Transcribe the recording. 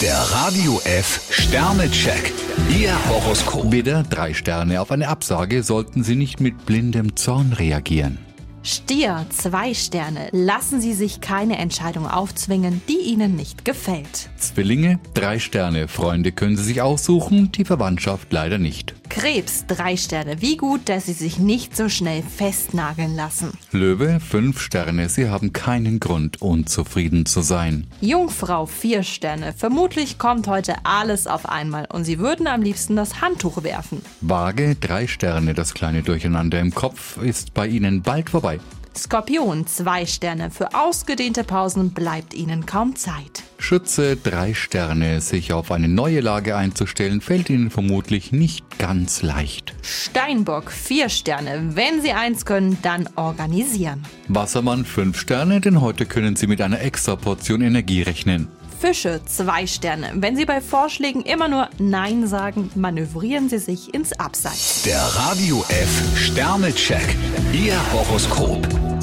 Der Radio F Sternecheck. Ihr Horoskop. Widder, drei Sterne. Auf eine Absage sollten Sie nicht mit blindem Zorn reagieren. Stier, zwei Sterne. Lassen Sie sich keine Entscheidung aufzwingen, die Ihnen nicht gefällt. Zwillinge, drei Sterne. Freunde können Sie sich aussuchen, die Verwandtschaft leider nicht. Krebs, drei Sterne. Wie gut, dass Sie sich nicht so schnell festnageln lassen. Löwe, fünf Sterne. Sie haben keinen Grund, unzufrieden zu sein. Jungfrau, vier Sterne. Vermutlich kommt heute alles auf einmal und Sie würden am liebsten das Handtuch werfen. Waage, drei Sterne. Das kleine Durcheinander im Kopf ist bei Ihnen bald vorbei. Skorpion, zwei Sterne. Für ausgedehnte Pausen bleibt Ihnen kaum Zeit. Schütze, drei Sterne. Sich auf eine neue Lage einzustellen, fällt Ihnen vermutlich nicht ganz leicht. Steinbock, vier Sterne. Wenn Sie eins können, dann organisieren. Wassermann, fünf Sterne. Denn heute können Sie mit einer extra Portion Energie rechnen. Fische zwei Sterne. Wenn Sie bei Vorschlägen immer nur Nein sagen, manövrieren Sie sich ins Abseits. Der Radio F Sternecheck. Ihr Horoskop.